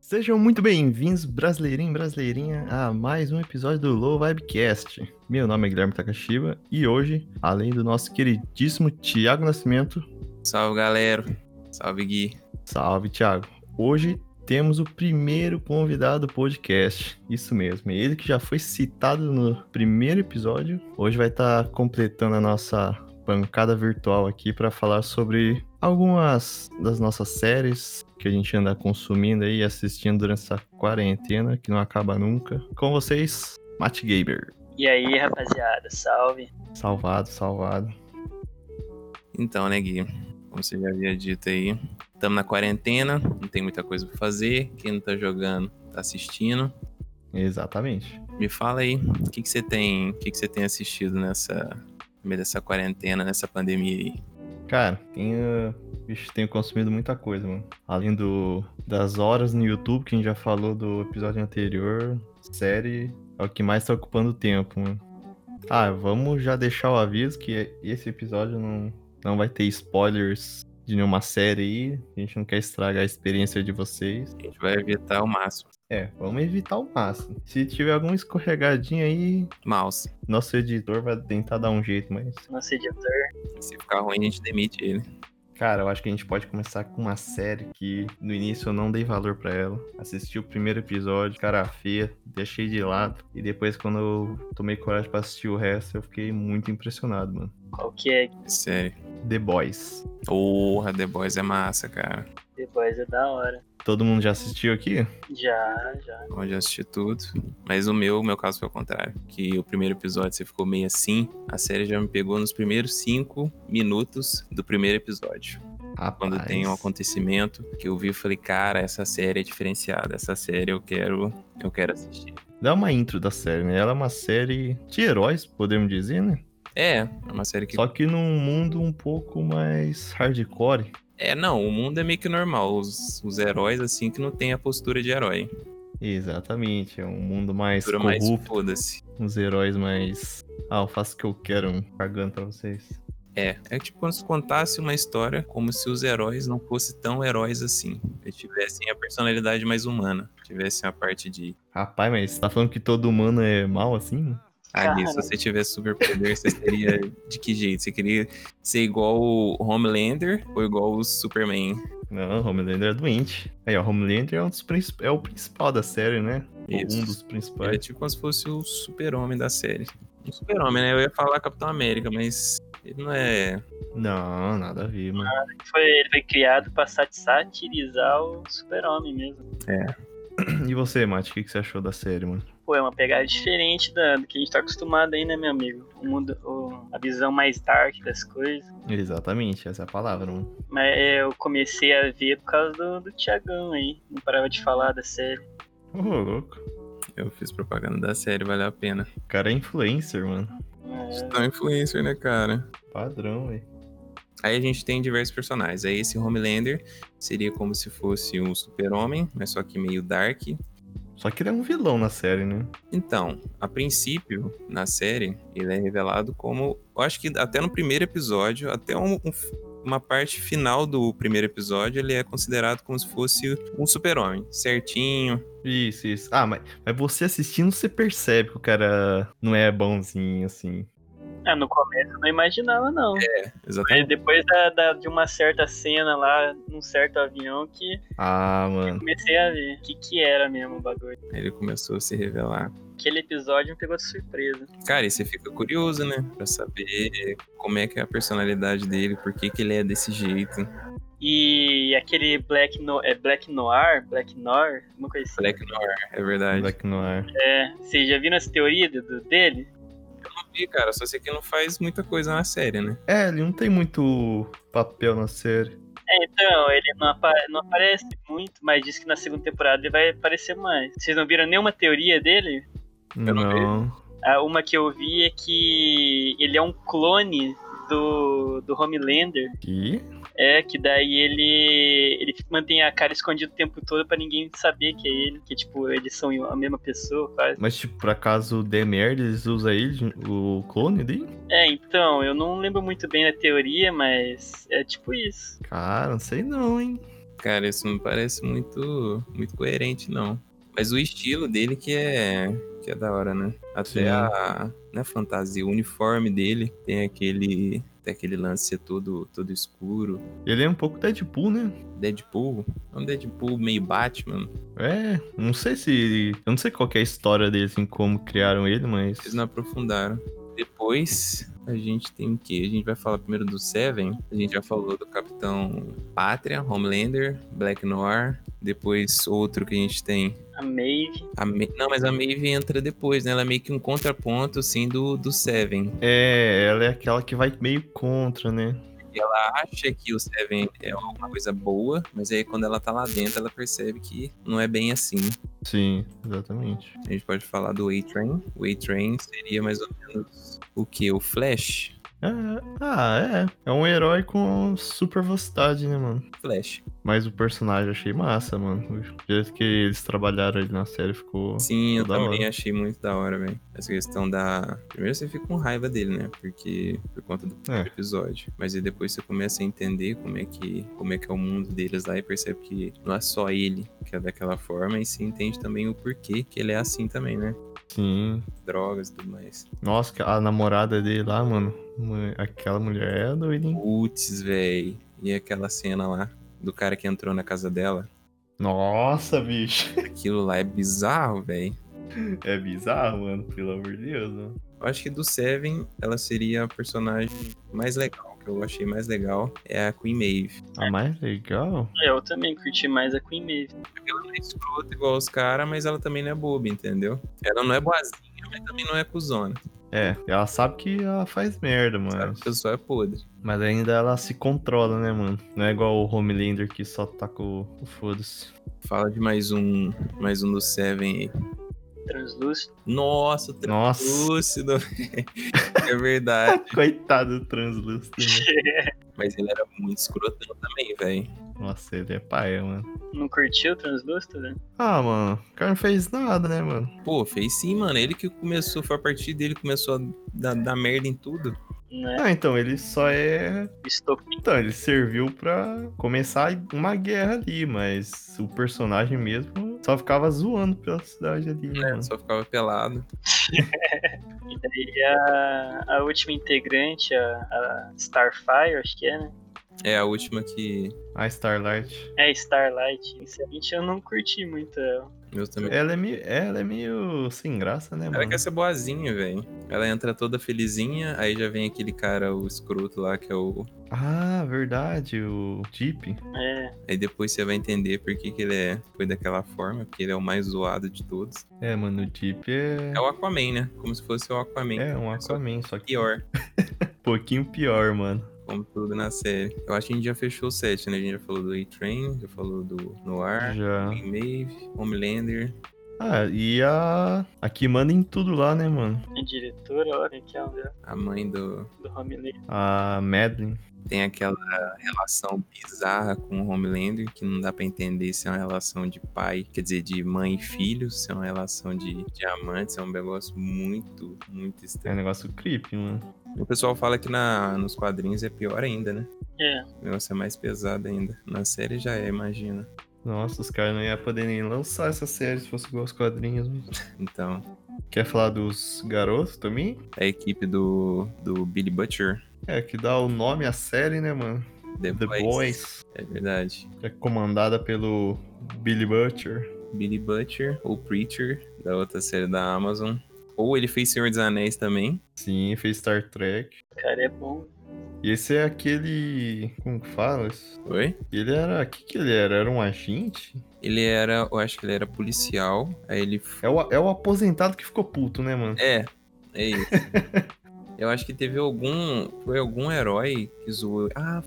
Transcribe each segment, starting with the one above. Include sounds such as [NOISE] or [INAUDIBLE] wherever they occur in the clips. Sejam muito bem-vindos, brasileirinho, brasileirinha, a mais um episódio do Low Vibecast. Meu nome é Guilherme Takashiba e hoje, além do nosso queridíssimo Tiago Nascimento, Salve, galera. Salve, Gui. salve Tiago, hoje temos o primeiro convidado do podcast. Isso mesmo, é ele que já foi citado no primeiro episódio. Hoje vai estar completando a nossa bancada virtual aqui para falar sobre algumas das nossas séries que a gente anda consumindo aí e assistindo durante essa quarentena que não acaba nunca. Com vocês, Matt Gaber. E aí, rapaziada, salve. Salvado, salvado. Então, né, Gui? Como você já havia dito aí, estamos na quarentena, não tem muita coisa pra fazer. Quem não tá jogando, tá assistindo. Exatamente. Me fala aí, o que, que você tem. O que, que você tem assistido nessa. No meio dessa quarentena, nessa pandemia aí. Cara, tenho, vixe, tenho consumido muita coisa, mano. Além do, das horas no YouTube, que a gente já falou do episódio anterior, série é o que mais tá ocupando o tempo, mano. Ah, vamos já deixar o aviso que esse episódio não, não vai ter spoilers de nenhuma série aí. A gente não quer estragar a experiência de vocês. A gente vai evitar o máximo. É, vamos evitar o máximo. Se tiver alguma escorregadinha aí, Mouse. nosso editor vai tentar dar um jeito, mas Nosso editor. Se ficar ruim, a gente demite ele. Cara, eu acho que a gente pode começar com uma série que no início eu não dei valor pra ela. Assisti o primeiro episódio, cara feia, deixei de lado. E depois, quando eu tomei coragem pra assistir o resto, eu fiquei muito impressionado, mano. Qual que é? Sério. The Boys. Porra, The Boys é massa, cara. Depois é da hora. Todo mundo já assistiu aqui? Já, já. Onde eu assisti tudo. Mas o meu, o meu caso foi o contrário. Que o primeiro episódio você ficou meio assim. A série já me pegou nos primeiros cinco minutos do primeiro episódio. Rapaz. Quando tem um acontecimento que eu vi, eu falei, cara, essa série é diferenciada. Essa série eu quero, eu quero assistir. Dá uma intro da série, né? Ela é uma série de heróis, podemos dizer, né? É, é uma série que. Só que num mundo um pouco mais hardcore. É, não, o mundo é meio que normal. Os, os heróis, assim, que não tem a postura de herói. Exatamente, é um mundo mais Postura mais corrupto, foda-se. uns heróis mais... Ah, eu faço o que eu quero, pagando pra vocês. É, é tipo quando se contasse uma história como se os heróis não fossem tão heróis assim. Eles tivessem a personalidade mais humana. Tivessem a parte de. Rapaz, mas você tá falando que todo humano é mal assim? Ah, Gui, Cara. se você tivesse superpoder, você seria de que jeito? Você queria ser igual o Homelander ou igual o Superman? Não, Homelander é doente. Aí, ó, Homelander é, um dos princip... é o principal da série, né? Ou Isso. Um dos Ele é principais. tipo como se fosse o super-homem da série. Um super-homem, né? Eu ia falar Capitão América, mas ele não é. Não, nada a ver, mano. Foi, ele foi criado pra sat- satirizar o super-homem mesmo. E você, Mate, o que, que você achou da série, mano? Pô, é uma pegada diferente da, do que a gente tá acostumado aí, né, meu amigo? O mundo, o- a visão mais dark das coisas. Exatamente, essa é a palavra, mano. Mas é, eu comecei a ver por causa do, do Tiagão aí. Não parava de falar da série. Ô, louco. Eu fiz propaganda da série, valeu a pena. O cara é influencer, mano. É, Então, influencer, né, cara? Padrão, velho. Aí a gente tem diversos personagens. Aí esse Homelander seria como se fosse um super-homem, mas só que meio dark. Só que ele é um vilão na série, né? Então, a princípio, na série, ele é revelado como. Eu acho que até no primeiro episódio, até um- um f- uma parte final do primeiro episódio, ele é considerado como se fosse um super-homem. Certinho. Isso, isso. Ah, mas, mas você assistindo, você percebe que o cara não é bonzinho, assim. Ah, no começo eu não imaginava, não. Mas Exatamente. depois da- da- de uma certa cena lá, num certo avião, que Ah, mano. comecei a ver o que, que era mesmo o bagulho. Aí Ele começou a se revelar. Aquele episódio me pegou de surpresa. Cara, e você fica curioso, né? Pra saber como é que é a personalidade dele, por que, que ele é desse jeito. E aquele Black, no, é Black Noir, Black Noir, uma coisa assim. Black Noir, é verdade. Black Noir. É, vocês já viram essa teoria do, do- dele? E, cara, só sei que ele não faz muita coisa na série, né? É, ele não tem muito papel na série. É, então, ele não, apa- não aparece muito, mas diz que na segunda temporada ele vai aparecer mais. Vocês não viram nenhuma teoria dele? Eu não Ah, uma que eu vi é que ele é um clone do, do Homelander. Que? É, que daí ele ele mantém a cara escondida o tempo todo pra ninguém saber que é ele, que tipo, eles são a mesma pessoa, quase. Mas, tipo, por acaso der merda, eles usam ele, o clone dele? É, então, eu não lembro muito bem da teoria, mas é tipo isso. Cara, não sei não, hein? Cara, isso não parece muito, muito coerente, não. Mas o estilo dele que é, que é da hora, né? Até Sim. a né, fantasia, o uniforme dele tem aquele, tem aquele lance ser todo, todo escuro. Ele é um pouco Deadpool, né? Deadpool, é um Deadpool meio Batman. É, não sei se. Eu não sei qual que é a história dele, assim, como criaram ele, mas. Eles não aprofundaram. Depois a gente tem o quê? A gente vai falar primeiro do Seven. A gente já falou do Capitão Pátria, Homelander, Black Noir. Depois outro que a gente tem. A Maeve. a Ma- Não, mas a Maeve entra depois, né? Ela é meio que um contraponto, assim, do, do Seven. É, ela é aquela que vai meio contra, né? acha que o Seven é alguma coisa boa, mas aí quando ela tá lá dentro, ela percebe que não é bem assim. Sim, exatamente. A gente pode falar do A-Train. O A-Train seria mais ou menos o que? O Flash? É, ah, é. É um herói com super velocidade, né, mano? Flash. Mas o personagem eu achei massa, mano. O jeito que eles trabalharam ele na série ficou. Sim, eu Da também hora. achei muito da hora, velho. Essa questão da. Primeiro você fica com raiva dele, né? Porque. Por conta É. do primeiro episódio. Mas aí depois você começa a entender como é que. como é que é o mundo deles lá e percebe que não é só ele que é daquela forma. E se entende também o porquê que ele é assim também, né? Sim. Drogas e tudo mais. Nossa, que- a namorada dele lá, mano. mu- Aquela mulher é doida, hein? Putz, véi. E aquela cena lá do cara que entrou na casa dela. Nossa, bicho. [LAUGHS] Aquilo lá é bizarro, véi. É bizarro, mano. Pelo amor de Deus, mano. Eu acho que do Seven, ela seria a personagem mais legal, que eu achei mais legal, é a Queen Maeve. A mais legal? é, Eu também curti mais a Queen Maeve. Ela não é escrota igual os caras, mas ela também não é boba, entendeu? Ela não é boazinha, mas também não é cuzona. É, ela sabe que ela faz merda, mano. Sabe? A pessoa é podre. Mas ainda ela se controla, né, mano? Não é igual o Homelander que só tá com o foda-se. Fala de mais um, mais um do Seven aí. Translúcido. Nossa, o Nossa, translúcido. [LAUGHS] véi. é verdade. coitado do translúcido. né? Mas ele era muito escrotão também, velho. Nossa, ele é pai, mano. [LAUGHS] Não curtiu o translúcido, né? Ah, mano, o cara não fez nada, né, mano? Pô, fez sim, mano. Ele que começou, foi a partir dele que começou a dar, dar merda em tudo. Não é? Ah, então ele só é. Estopim. Então, ele serviu pra começar uma guerra ali, mas o personagem mesmo só ficava zoando pela cidade ali, É né? mano? Só ficava pelado. E daí a, a última integrante, a, a Starfire, acho que é, né? É a última que A Starlight. É, Starlight. Sinceramente, eu não curti muito ela. eu também. Ela é meio, ela é meio sem graça, né, Ela é mano? quer ser boazinha, velho. Ela entra toda felizinha, aí já vem aquele cara, o escroto lá, que é o. Ah, verdade, o Jeep. É, Aí depois você vai entender por que, que ele é... foi daquela forma, porque ele é o mais zoado de todos. É, mano, o Jeep é. É o Aquaman, né? Como se fosse o Aquaman. né? É, um Só que Aquaman, só que Pior, um pouquinho pior, mano. como tudo na série. Eu acho que a gente já fechou o set, né? A gente já falou do A-Train, já falou do Noir, Já. Queen Maeve, Homelander. Ah, e a. A que manda em tudo lá, né, mano? a diretora, olha que é o dela, A mãe do. do Homelander. A Madeline. Tem aquela relação bizarra com o Homelander, que não dá pra entender se é uma relação de pai, quer dizer, de mãe e filho, se é uma relação de diamantes, é um negócio muito, muito É um estranho. negócio creepy, mano. O pessoal fala que na, nos quadrinhos é pior ainda, né? É, O negócio é mais pesado ainda. Na série já é, imagina. Nossa, os caras não iam poder nem lançar essa série se fosse igual aos quadrinhos, mano. Então, Quer falar dos garotos também? a equipe do, do Billy Butcher, É, que dá o nome à série, né, mano? The, The Boys. Boys. É verdade. É comandada pelo Billy Butcher. Billy Butcher, ou Preacher, da outra série da Amazon. Ou ele fez Senhor dos Anéis também. Sim, fez Star Trek. o cara é bom. E esse é aquele. Como que fala? Oi? Ele era. O que, que ele era? Era um agente? Ele era, eu acho que ele era policial. Aí ele. f- É o, é o aposentado que ficou puto, né, mano? É, é isso. [LAUGHS] eu acho que teve algum. Foi algum herói que zoou. Ah, f...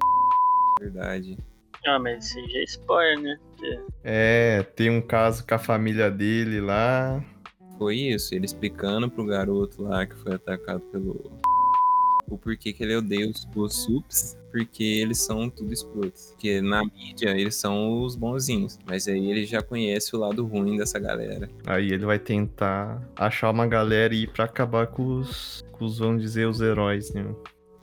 verdade. Ah, mas isso já é spoiler, né? É, tem um caso com a família dele lá. Foi isso. Ele explicando pro garoto lá que foi atacado pelo. O porquê que ele odeia os, os sups. Porque eles são tudo escrotos. Porque na mídia eles são os bonzinhos. Mas aí ele já conhece o lado ruim dessa galera. Aí ele vai tentar achar uma galera e ir pra acabar com os, com os, vamos dizer, os heróis, né?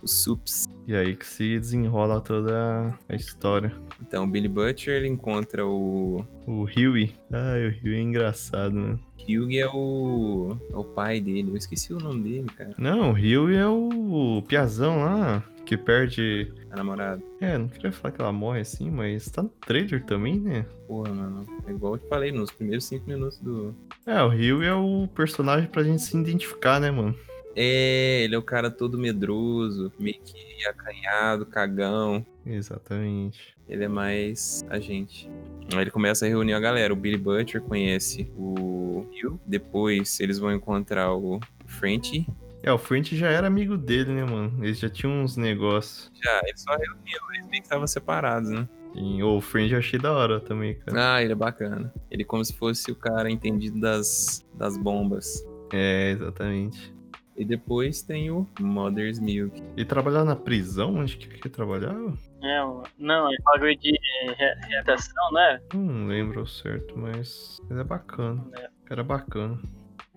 o Sups. E aí que se desenrola toda a história. Então, o Billy Butcher ele encontra o O Huey. Ah, o Huey é engraçado, né? Hugh é o é o pai dele. Eu esqueci o nome dele, cara. Não, o Huey é o Piazão lá, que perde. A namorada. É, não queria falar que ela morre assim, mas tá no trailer também, né? Porra, mano. É igual eu te falei nos primeiros cinco minutos do. É, o Huey é o personagem pra gente se identificar, né, mano? É, ele é o cara todo medroso, meio que acanhado, cagão. Exatamente. Ele é mais a gente. Aí ele começa a reunir a galera. O Billy Butcher conhece o Hugh. Depois eles vão encontrar o French. É, o French já era amigo dele, né, mano? Eles já tinham uns negócios. Já, eles só reuniam, eles nem que estavam separados, né? E o French eu achei da hora também, cara. Ah, ele é bacana. Ele é como se fosse o cara entendido das, das bombas. É, exatamente. E depois tem o Mother's Milk. E trabalhar na prisão? Onde que que ele trabalhava? É, o- não, é bagulho de re- reatação, né? Não lembro ao certo, mas... mas é bacana. É. Era bacana.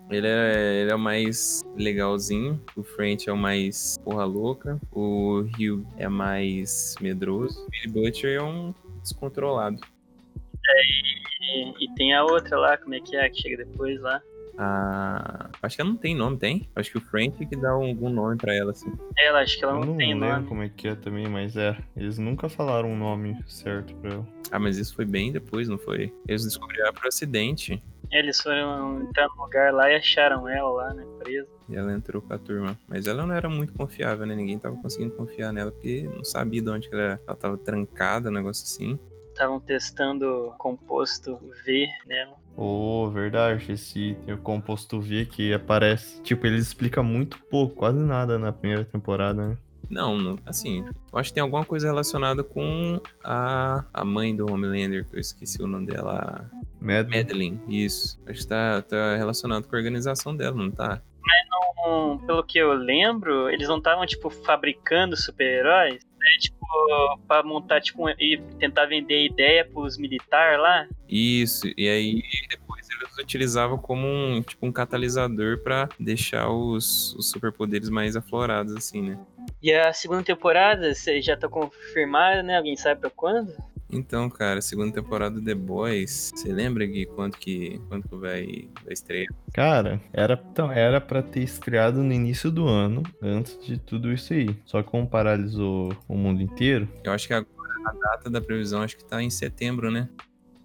Ele é, ele é o mais legalzinho. O French é o mais porra louca. O Hugh é mais medroso. O Billy Butcher é um descontrolado. E, e tem a outra lá, como é que é, que chega depois lá. Ah, acho que ela não tem nome, tem? Acho que o Frank é que dá algum nome pra ela, assim. É, Ela, acho que ela eu não, não tem lembro nome. como é que é também, mas é. Eles nunca falaram um nome certo pra ela. Ah, mas isso foi bem depois, não foi? Eles descobriram ela por acidente Eles foram entrar no lugar lá e acharam ela lá, né, presa. e ela entrou com a turma. Mas ela não era muito confiável, né? Ninguém tava conseguindo confiar nela porque não sabia de onde que ela, era. ela tava trancada, um negócio assim. Estavam testando o composto V nela. Oh, verdade, esse tem o composto V que aparece. Tipo, ele explica muito pouco, quase nada na primeira temporada, né? Não, não- assim, eu acho que tem alguma coisa relacionada com a, a mãe do Homelander, que eu esqueci o nome dela. a Mad Madeline, isso. Acho que tá, tá relacionado com a organização dela, não tá? Então, pelo que eu lembro, eles não estavam, tipo, fabricando super-heróis. É, tipo, pra montar, tipo, um- e tentar vender a ideia pros militares lá. Isso, e aí depois eles utilizavam como um, tipo, um catalisador pra deixar os, os superpoderes mais aflorados, assim, né? E a segunda temporada, você já tá confirmada, né? Alguém sabe pra quando? Então, cara, segunda temporada do The Boys, você lembra, Gui, quanto que, quanto que vai, vai estrear? Cara, era, então, era pra ter estreado no início do ano, antes de tudo isso aí. Só que como paralisou o mundo inteiro, Eu acho que agora a data da previsão acho que tá em setembro, né?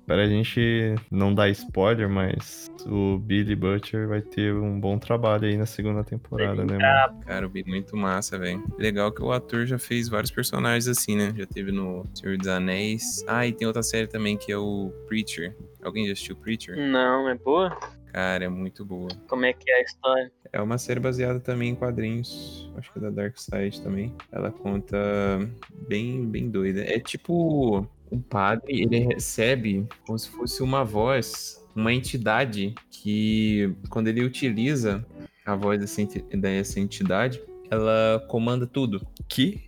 pra gente não dar spoiler, mas o Billy Butcher vai ter um bom trabalho aí na segunda temporada, né, mano? Ah, Cara, eu vi muito massa, velho. Legal que o ator já fez vários personagens assim, né? Já teve no Senhor dos Anéis. Ah, e tem outra série também que é o Preacher. Alguém já assistiu Preacher? não, é boa? Cara, é muito boa. Como é que é a história? É uma série baseada também em quadrinhos, acho que é da Dark Side também. Ela conta bem, bem doida. É tipo um padre, ele recebe como se fosse uma voz, uma entidade que quando ele utiliza a voz dessa enti- dessa entidade, ela comanda tudo. Que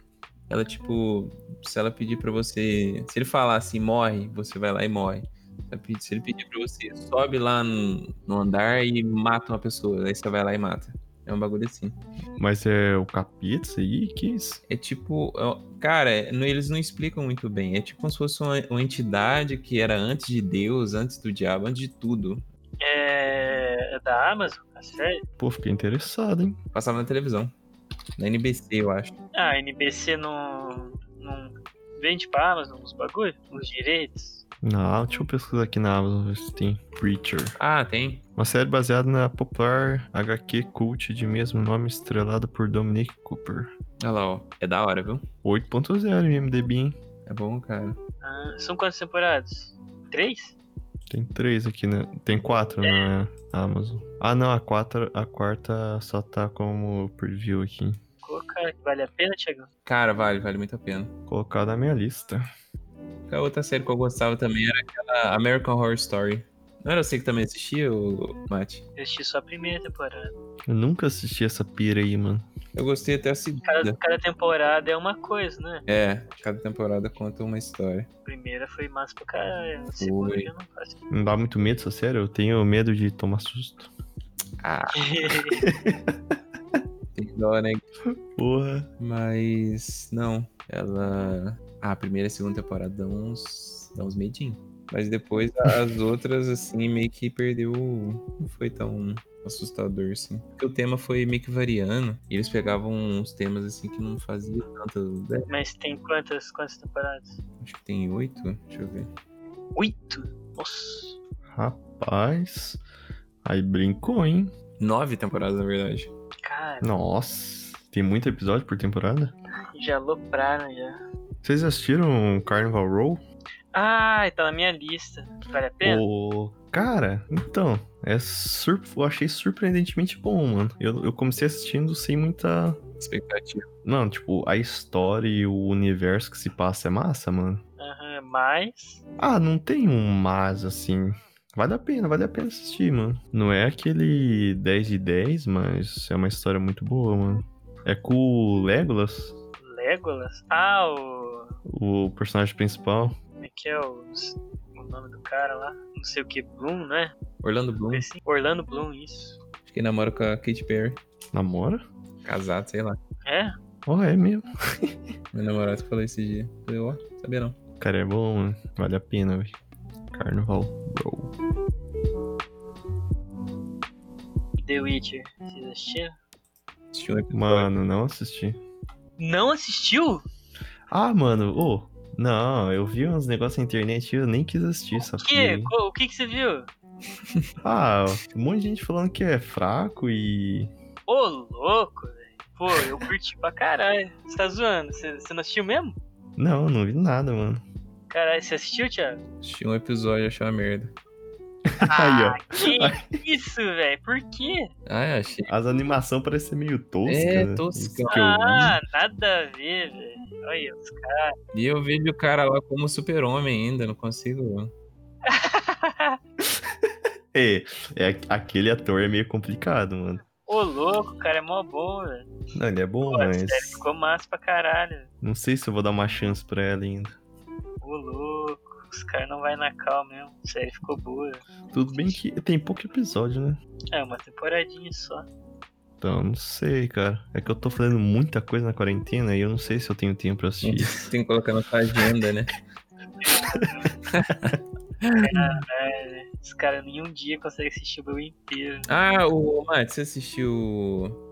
ela tipo, se ela pedir pra você, se ele falar assim, morre, você vai lá e morre. Tá pedi- Se ele pedir pra você, sobe lá no, no andar e mata uma pessoa. Aí você vai lá e mata. É um bagulho assim. Mas é o capítulo isso aí? Que isso? É tipo. é- Cara, é- não- eles não explicam muito bem. É tipo como se fosse uma, uma entidade que era antes de Deus, antes do diabo, antes de tudo. É, é da Amazon, a série? Pô, fiquei interessado, hein? Passava na televisão. Na NBC, eu acho. Ah, a NBC não, não vende pra Amazon os bagulhos, os direitos. Não, deixa eu pesquisar aqui na Amazon ver se tem Preacher. Ah, tem. Uma série baseada na popular HQ cult de mesmo nome estrelada por Dominic Cooper. Olha lá, ó. É da hora, viu? 8.0 IMDB, hein? É bom, cara. Ah, são quantas temporadas? Três? Tem três aqui, né? Tem quatro né? na Amazon. Ah, não, a, quatro, a quarta só tá como preview aqui. Colocar que vale a pena, Thiago? Cara, vale, vale muito a pena. Vou colocar na minha lista. A outra série que eu gostava também era aquela American Horror Story. Não era você que também assistia, ô, Mate? Eu assisti só a primeira temporada. Eu nunca assisti essa pira aí, mano. Eu gostei até a segunda. Cada, cada temporada é uma coisa, né? É, cada temporada conta uma história. A primeira foi massa pra caralho. A segunda Foi. eu não faço. Não dá muito medo essa série? Eu tenho medo de tomar susto. Ah, tem dó, né? Porra. Mas não, ela. ah, A primeira e a segunda temporada dão uns, dão uns medinho. Mas depois as outras, assim, meio que perdeu. Não foi tão assustador, assim. Porque o tema foi meio que variando. E eles pegavam uns temas, assim, que não fazia tanto. né? [LAUGHS] Mas tem quantas, quantas temporadas? Acho que tem oito. Deixa eu ver. Oito? Nossa. Rapaz. Aí brincou, hein? Nove temporadas, na verdade. Cara, Nossa. Tem muito episódio por temporada? já lopraram já. Vocês assistiram Carnival Row? Ai, tá na minha lista. Vale a pena? Ô, cara, então, é sur... eu achei surpreendentemente bom, mano. Eu, eu comecei assistindo sem muita. Expectativa. Não, tipo, a história e o universo que se passa é massa, mano. Aham, mas. Ah, não tem um mas, assim. Vale a pena, vale a pena assistir, mano. Não é aquele 10 de 10, mas é uma história muito boa, mano. É com o Legolas, Legolas? Ah, o. o personagem principal. Como é que é o, o nome do cara lá? Não sei o que, Bloom, né? Orlando Bloom, Esse- Orlando Bloom, isso. acho que namora com a Katy Perry. Namora? Casado, sei lá. É? Ó, é mesmo. Meu namorado falou esse dia. Falei, ó, sabia não. Cara, é bom, mano. Vale a pena, velho. Carnival Row. The Witcher. Vocês assistiram? Assistiu um episódio. Mano, não assisti. Não assistiu? Ah, mano, ô. não, eu vi uns negócios na internet e eu nem quis assistir essa Que? Co- O que, que você viu? Ah, um monte de gente falando que é fraco e. Ô, louco, velho. Pô, eu curti pra caralho. Você tá zoando? Você, você não assistiu mesmo? Não, não vi nada, mano. Caralho, você assistiu, [LAUGHS] Thiago? Assisti um episódio e achei uma merda. Aí, ó. Ah, Que isso, velho? Por quê? Ah, achei. As animações parecem ser meio toscas. É, né? tosca. Isso que eu vi. Ah, nada a ver, velho. Olha, os caras. E eu vejo o cara lá como super-homem ainda, não consigo. É, é, aqu- aquele ator é meio complicado, mano. Ô, louco, o cara é mó bom, velho. Não, ele é bom, Pô, a mas. série ficou massa pra caralho. Não sei se eu vou dar uma chance pra ela ainda. Ô, louco, os caras não vai na calma mesmo. A série ficou boa. Tudo bem que tem pouco episódio, né? É, uma temporadinha só. Então, não sei, cara. É que eu tô fazendo muita coisa na quarentena e eu não sei se eu tenho tempo pra assistir [LAUGHS] isso. Tem que colocar na sua agenda, né? É, os caras em um dia conseguem assistir o meu inteiro. Ah, o Matt, você assistiu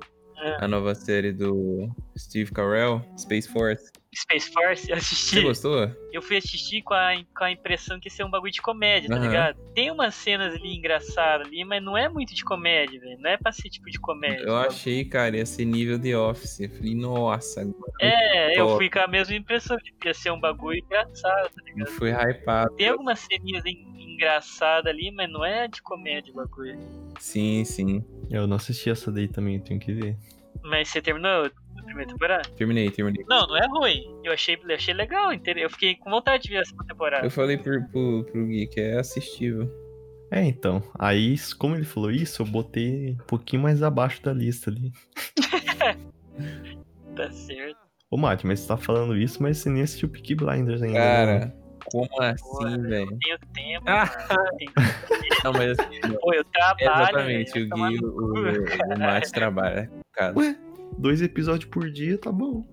a nova série do Steve Carell, Space Force? Space Force, [LAUGHS] eu Você assisti. gostou? Eu fui assistir com a, com a impressão que ia ser um bagulho de comédia, tá Aham. ligado? Tem umas cenas ali engraçadas ali, mas não é muito de comédia, velho. Não é pra ser tipo de comédia. Eu achei, cara, ia ser nível The Office. Eu falei, nossa, agora É, eu top. fui com a mesma impressão, tipo, ia ser um bagulho engraçado. eu fui hypado. Tem algumas ceninhas en- engraçadas ali, mas não é de comédia o bagulho. Sim, sim. Eu não assisti essa daí também, eu tenho que ver. Mas você terminou a primeira temporada? Terminei, terminei. Não, não é ruim. Eu achei, eu achei legal, inte- eu fiquei com vontade de ver a segunda temporada. Eu falei pro, pro, pro Gui que é assistível. É, então. Aí, como ele falou isso, eu botei um pouquinho mais abaixo da lista ali. Tá certo. Ô, Mate, mas você tá falando isso, mas você nem assistiu Peaky Blinders ainda. né? Cara, como Porra, assim, velho, eu velho? não tenho tempo, Ah. mano. Tem- Não, mas assim, Pô, eu trabalho. né? exatamente, velho, vai o tomar Gui, no o, cu. o, o Matt trabalha. Cara, Ué, dois episódios por dia, tá bom.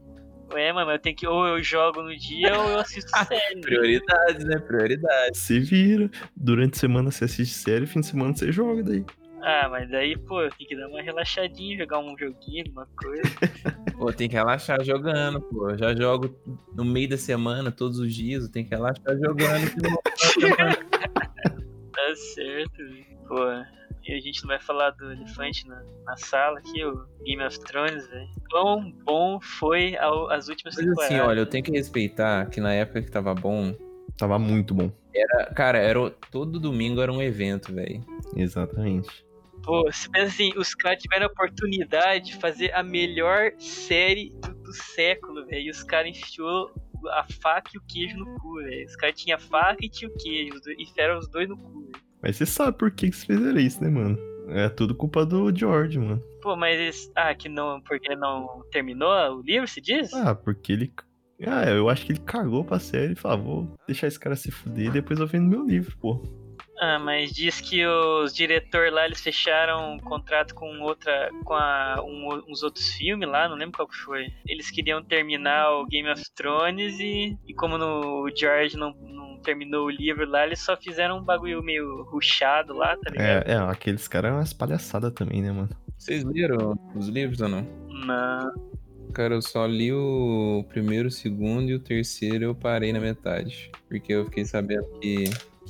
Ué, É, mano, eu tenho que. Ou eu jogo no dia ou eu [LAUGHS] assisto série. prioridades, né? Prioridades. Se vira. Durante a semana você assiste série, fim de semana você joga daí. Ah, mas daí, pô, eu tenho que dar uma relaxadinha, jogar um joguinho, alguma [LAUGHS] coisa. Pô, tem que relaxar jogando, pô. Eu já jogo no meio da semana, todos os dias, tem que relaxar jogando. que não- Tá certo, velho. Pô. E a gente não vai falar do elefante na, na sala aqui, o Game of Thrones, velho. Quão bom foi a- as últimas [LAUGHS] Mas temporadas. assim, olha, eu tenho que respeitar que na época que tava bom, é, Tava muito bom. cara, era o- todo domingo era um evento, velho. Exatamente. Pô, se pensa assim, os caras tiveram a oportunidade de fazer a melhor série do, do século, velho. E os caras enfiou a faca e o queijo no cu, velho. Os caras tinham a faca e tinha o queijo, os dois- enfiaram os dois no cu, velho. Mas você sabe por que que vocês fizeram isso, né, mano? É tudo culpa do George, mano. Pô, mas eles- ah, que não, porque não terminou o livro, se diz? Ah, porque ele. Ah, eu acho que ele cagou pra série e falou, "Ah, vou deixar esse cara se fuder e depois eu vendo meu livro, pô. Ah, mas diz que os diretores lá, eles fecharam um contrato com outra, com a- um- uns outros filmes lá, não lembro qual que foi. Eles queriam terminar o Game of Thrones e, e como no, o George não, não terminou o livro lá, eles só fizeram um bagulho meio ruchado lá, tá ligado? É, é, aqueles caras é umas palhaçadas também, né, mano? Vocês leram os livros ou não? Não. Cara, eu só li o primeiro, o segundo e o terceiro eu parei na metade. Porque eu fiquei sabendo que,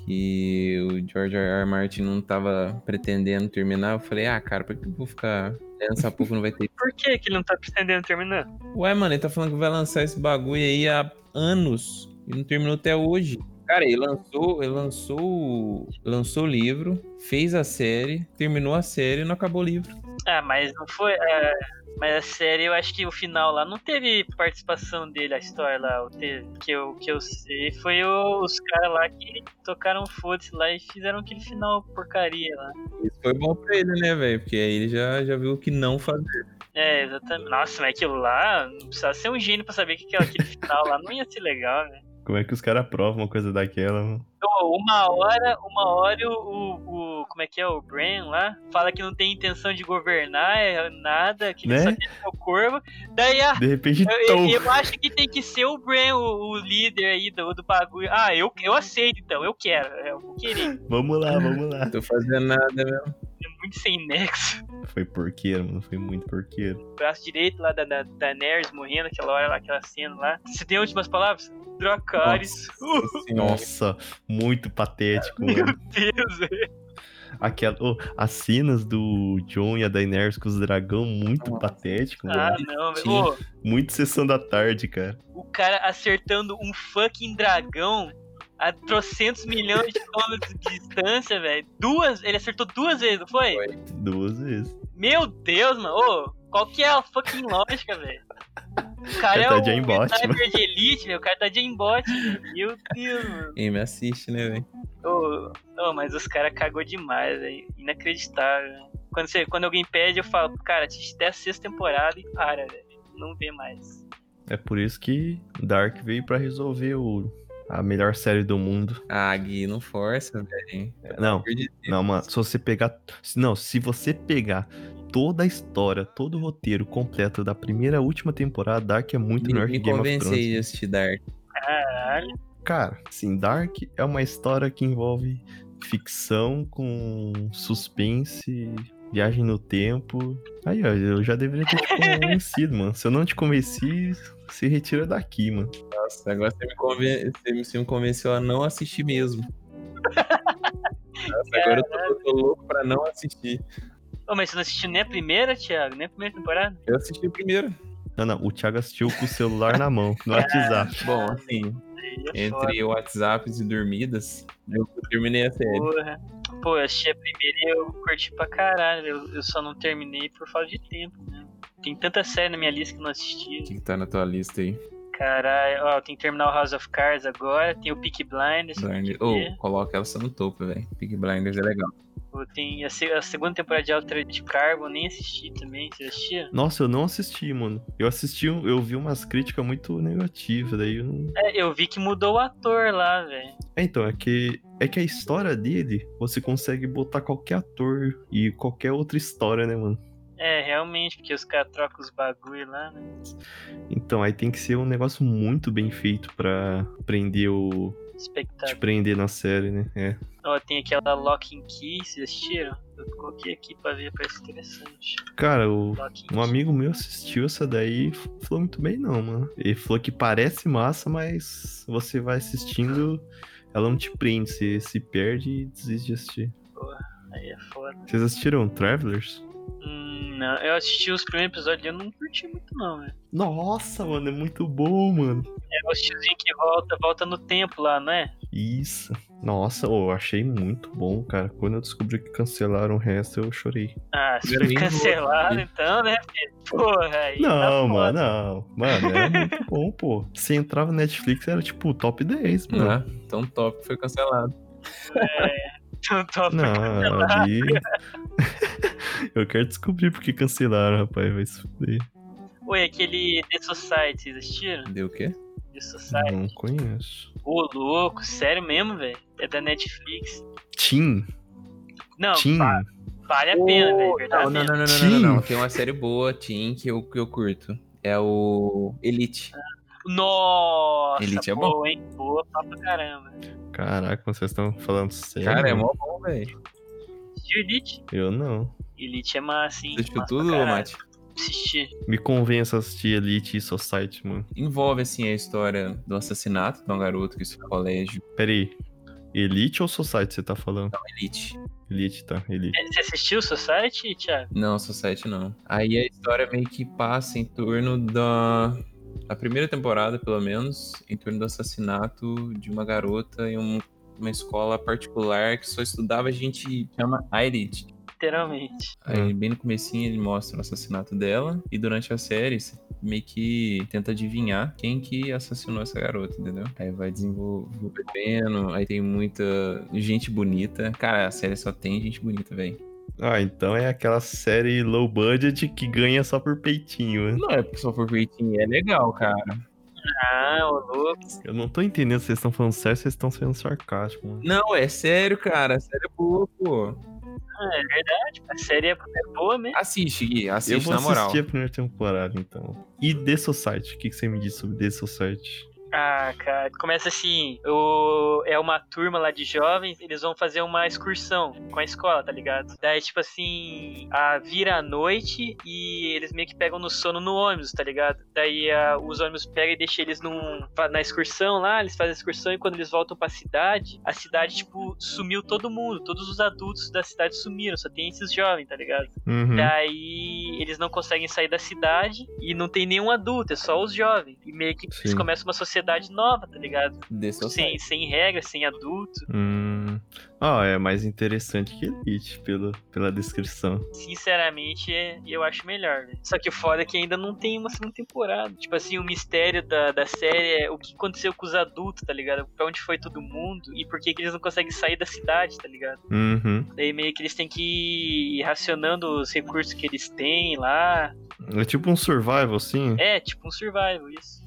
que o George R. R. Martin não tava pretendendo terminar. Eu falei, ah, cara, por que eu vou ficar lendo essa pouco não vai ter. Por que que ele não tá pretendendo terminar? [LAUGHS] Ué, mano, ele tá falando que vai lançar esse bagulho aí há anos e não terminou até hoje. Cara, ele lançou, ele lançou, o- lançou o livro, fez a série, terminou a série e não acabou o livro. Ah, mas não foi... ah, mas a série, eu acho que o final lá não teve participação dele, a história lá, o te- que eu, que eu sei, foi o- os caras lá que tocaram foda-se lá e fizeram aquele final porcaria lá. Isso foi bom pra ele, né, velho? Porque aí ele já, já viu o que não fazer. É, exatamente. Nossa, mas aquilo lá, não precisava ser um gênio pra saber que aquela- aquele final lá não ia ser legal, né? Como é que os caras aprovam uma coisa daquela, mano? Ô, Uma hora, uma hora o, o, o- Como é que é? O Bran lá fala que não tem intenção de governar, é nada, que ele Né? só quer ser o corvo. Daí, ah, De repente, [LAUGHS] eu, tom. eu- eu acho que tem que ser o Bran o, o líder aí do, do bagulho. Ah, eu, eu aceito então, eu quero. Eu vou querer. Vamos lá, vamos lá. Tô fazendo nada, velho. É muito sem nexo. Foi porqueiro, mano. Foi muito porqueiro. O braço direito lá da, da, da Nerys morrendo, aquela hora lá, aquela cena lá. Você tem últimas palavras? Dracarys. Uh, Senhora. Nossa, muito patético, mano. Deus, Aquela, ô, as cenas do John e a Daenerys com os dragão, muito Nossa. patético, mano. Ah, não, velho. Sim. Ô, Muito sessão da tarde, cara. o cara acertando um fucking dragão a trocentos milhões de quilômetros de distância, velho. Duas, ele acertou duas vezes, não foi? Foi. Duas vezes. Meu Deus, mano. Ô, qual que é a fucking lógica, velho? O cara Cara, é tá o de aimbot, sniper de elite, velho. O cara tá de aimbot. velho. Meu Deus, mano. Quem me assiste, né, velho? Ô, ô, mas os caras cagou demais, velho. Inacreditável. né? Quando, você, quando alguém pede, eu falo, cara, assiste até a sexta temporada e para, velho. Não vê mais. É por isso que Dark veio pra resolver o, a melhor série do mundo. Ah, Gui, não força, velho. Não, Eu disse, não, mano. Se você pegar. se- Não, se você pegar toda a história, todo o roteiro completo da primeira à última temporada, Dark é muito Me, melhor que me Game of convence aí Thrones. de assistir Dark. Caralho. Cara, sim, Dark é uma história que envolve ficção com suspense, viagem no tempo. Aí, ó, eu já deveria ter te convencido, mano. Se eu não te convenci, se retira daqui, mano. Nossa, agora você me, conven... você me- você me convenceu a não assistir mesmo. Nossa, agora eu tô, eu tô louco pra não assistir. Ô, mas você não assistiu nem a primeira, Thiago? Nem a primeira temporada? Eu assisti o primeiro. Não, não, o Thiago assistiu com o celular na mão, no WhatsApp. Bom, assim, Aí é foda, entre WhatsApps e dormidas, eu terminei a série. porra. Pô, eu achei a primeira e eu curti pra caralho. Eu, eu só não terminei por falta de tempo, né? Tem tanta série na minha lista que eu não assisti. Quem tá na tua lista aí? Caralho, ó, tem que terminar o House of Cards agora, tem o Peak Blinders, Blinders. Ou, coloca ela só no topo, velho. Big Blinders é legal. pô, tem a, se- a segunda temporada de Altered Carbon, nem assisti também, você assistia? Nossa, eu não assisti, mano. Eu assisti, um- eu vi umas críticas muito negativas, daí eu não... É, eu vi que mudou o ator lá, velho. É, então, é que, é que a história dele, você consegue botar qualquer ator e qualquer outra história, né, mano? É, realmente, porque os caras trocam os bagulho lá, né? Então, aí tem que ser um negócio muito bem feito pra prender o. te Espectáculo. prender na série, né? É. Ó, tem aquela Lock and Key, vocês assistiram? Eu coloquei aqui pra ver, parece interessante. Cara, o- Lock and um Key. amigo meu assistiu essa daí e f- falou muito bem, não, mano. Ele falou que parece massa, mas você vai assistindo, ela não te prende, você se perde e desiste de assistir. Aí é foda. Vocês assistiram Travelers? Hum, não, eu assisti os primeiros episódios e eu não curti muito, não, velho. Nossa, mano, é muito bom, mano. É o tiozinho que volta, volta no tempo lá, não é? Isso. Nossa, ô, eu achei muito bom, cara. Quando eu descobri que cancelaram o resto, eu chorei. Ah, se foi Primeiro eu não vou cancelado assistir. então, né? filho? Porra, aí. tá Não, foda. [LAUGHS] mano, não. Mano, era muito bom, pô. Você entrava no Netflix, era tipo top 10, mano. Ah, então top foi cancelado. Então, top. Não, ali. [LAUGHS] Eu quero descobrir por que cancelaram, rapaz. Vai se fuder. Oi, aquele The Society, vocês assistiram? Deu o quê? The Society. Não conheço. Ô, louco, sério mesmo, velho? É da Netflix. Tim. Não, Tim. va- vale a pena, velho. Não, verdadeiro. não, não, não, não, não, não, não. Tem uma série boa, Tim, que eu, que eu curto. É o Elite. Nossa, Elite é boa, hein? Boa pra caramba. Caraca, vocês estão falando sério. Cara, é mó bom, velho. Assistiu Elite? Eu não. Elite é massa, hein? Assistiu Massa pra tudo, caralho. Mate? Assisti. Me convença a assistir Elite e Society, mano. Envolve, assim, a história do assassinato de um garoto que estudou no colégio. Pera aí. Elite ou Society você tá falando? Elite. Elite, tá. Elite. É, Você assistiu o Society, Thiago? Não, Society não. Aí a história meio que passa em torno da. A primeira temporada, pelo menos, em torno do assassinato de uma garota em um- uma escola particular que só estudava gente que chama Irit. Literalmente. Aí, bem no comecinho, ele mostra o assassinato dela. E durante a série, você meio que tenta adivinhar quem que assassinou essa garota, entendeu? Aí vai desenvolvendo, aí tem muita gente bonita. Cara, a série só tem gente bonita, velho. Ah, então é aquela série low budget que ganha só por peitinho, né? Não, é porque só por peitinho é legal, cara. Ah, ô louco. Eu não tô entendendo se vocês estão falando sério, vocês estão sendo sarcásticos, mano. Não, é sério, cara. A série é boa, pô. É verdade, a série é é boa mesmo. Assiste, Gui. Assiste, Eu vou na moral. assistir a primeira temporada, então. E The Society, o que que você me diz sobre The Society? Ah, cara, começa assim, o... é uma turma lá de jovens, eles vão fazer uma excursão com a escola, tá ligado? Daí, tipo assim, a vira a noite e eles meio que pegam no sono no ônibus, tá ligado? Daí a- os ônibus pegam e deixam eles num... fa- na excursão lá, eles fazem a excursão e quando eles voltam pra cidade, a cidade, tipo, sumiu todo mundo, todos os adultos da cidade sumiram, só tem esses jovens, tá ligado? Uhum. Daí eles não conseguem sair da cidade e não tem nenhum adulto, é só os jovens. E meio que eles Sim. começam uma sociedade nova, tá ligado? The Sem, Society. sem regra, sem adulto. Hum. Ah, é mais interessante que Elite, pelo, pela descrição. Sinceramente, é- eu acho melhor, velho. Só que o foda é que ainda não tem uma segunda temporada. Tipo assim, o mistério da, da série é o que aconteceu com os adultos, tá ligado? Pra onde foi todo mundo e por que, que eles não conseguem sair da cidade, tá ligado? Uhum. Daí meio que eles têm que ir racionando os recursos que eles têm lá. É tipo um survival, assim. É, tipo um survival, isso.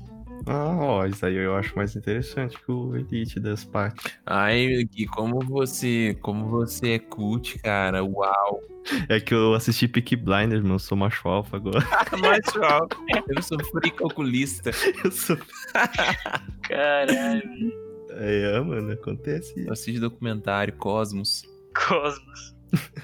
Ah, ó, isso aí eu acho mais interessante que o Elite das partes. Ai, Gui, como você. Como você é cult, cara. [LAUGHS] Uau. É que eu assisti Peaky Blinders, mano, eu sou macho alfa agora. [LAUGHS] É Mais uau. Eu sou fricalculista. Eu sou... Caralho, [LAUGHS] É, mano, acontece. Eu assisto documentário Cosmos. Cosmos.